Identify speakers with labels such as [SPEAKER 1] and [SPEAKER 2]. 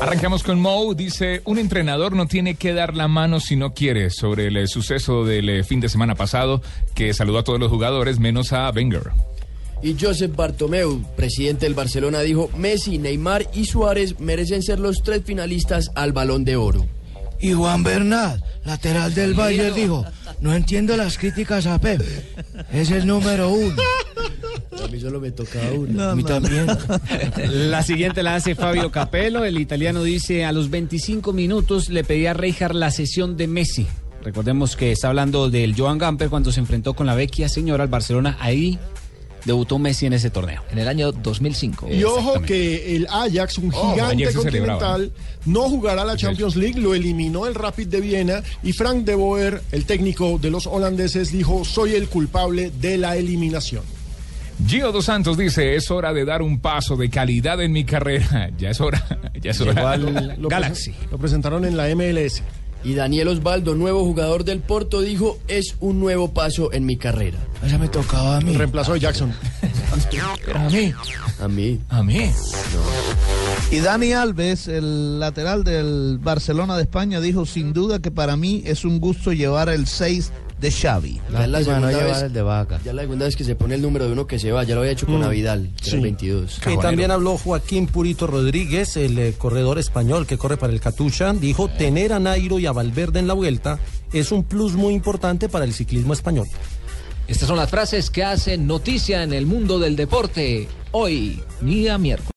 [SPEAKER 1] Arrancamos con Mo, dice, un entrenador no tiene que dar la mano si no quiere, sobre el eh, suceso del eh, fin de semana pasado, que saludó a todos los jugadores, menos a Wenger.
[SPEAKER 2] Y Josep Bartomeu, presidente del Barcelona, dijo, Messi, Neymar y Suárez merecen ser los tres finalistas al balón de oro.
[SPEAKER 3] Y Juan Bernat, lateral del Bayern, dijo, no entiendo las críticas a Pep, es el número uno.
[SPEAKER 2] A mí solo me tocaba uno.
[SPEAKER 3] a mí también.
[SPEAKER 4] La siguiente la hace Fabio Capello. El italiano dice: A los 25 minutos le pedí a Reijar la sesión de Messi. Recordemos que está hablando del Joan Gamper cuando se enfrentó con la vecchia señora al Barcelona. Ahí debutó Messi en ese torneo.
[SPEAKER 5] En el año 2005.
[SPEAKER 6] Y ojo que el Ajax, un
[SPEAKER 1] Oh, ayer
[SPEAKER 6] gigante
[SPEAKER 1] se
[SPEAKER 6] continental, no jugará la Champions League, lo eliminó el Rapid de Viena y Frank de Boer, el técnico de los holandeses, dijo, soy el culpable de la eliminación.
[SPEAKER 1] Gio Dos Santos dice, es hora de dar un paso de calidad en mi carrera. Ya es hora, ya es hora.
[SPEAKER 6] Lo presen-
[SPEAKER 4] Galaxy.
[SPEAKER 6] Lo presentaron en la MLS.
[SPEAKER 2] Y Daniel Osvaldo, nuevo jugador del Porto, dijo, es un nuevo paso en mi carrera.
[SPEAKER 3] Esa me tocaba a mí.
[SPEAKER 6] Reemplazó a Jackson.
[SPEAKER 1] A mí,
[SPEAKER 2] A mí.
[SPEAKER 1] a mí.
[SPEAKER 7] Y Dani Alves, el lateral del Barcelona de España, dijo sin duda que para mí es un gusto llevar el 6 de Xavi.
[SPEAKER 2] Ya es la segunda
[SPEAKER 5] no
[SPEAKER 2] vez-
[SPEAKER 5] llevar el de Mm. vaca.
[SPEAKER 2] Ya la segunda vez que se pone el número de uno que se va, ya lo había hecho con Avidal, que era el
[SPEAKER 6] Sí.
[SPEAKER 2] 22.
[SPEAKER 8] Y también habló Joaquín Purito Rodríguez, el eh, corredor español que corre para el Catucha. Dijo, tener a Nairo y a Valverde en la vuelta es un plus muy importante para el ciclismo español.
[SPEAKER 5] Estas son las frases que hacen noticia en el mundo del deporte. Hoy, día miércoles.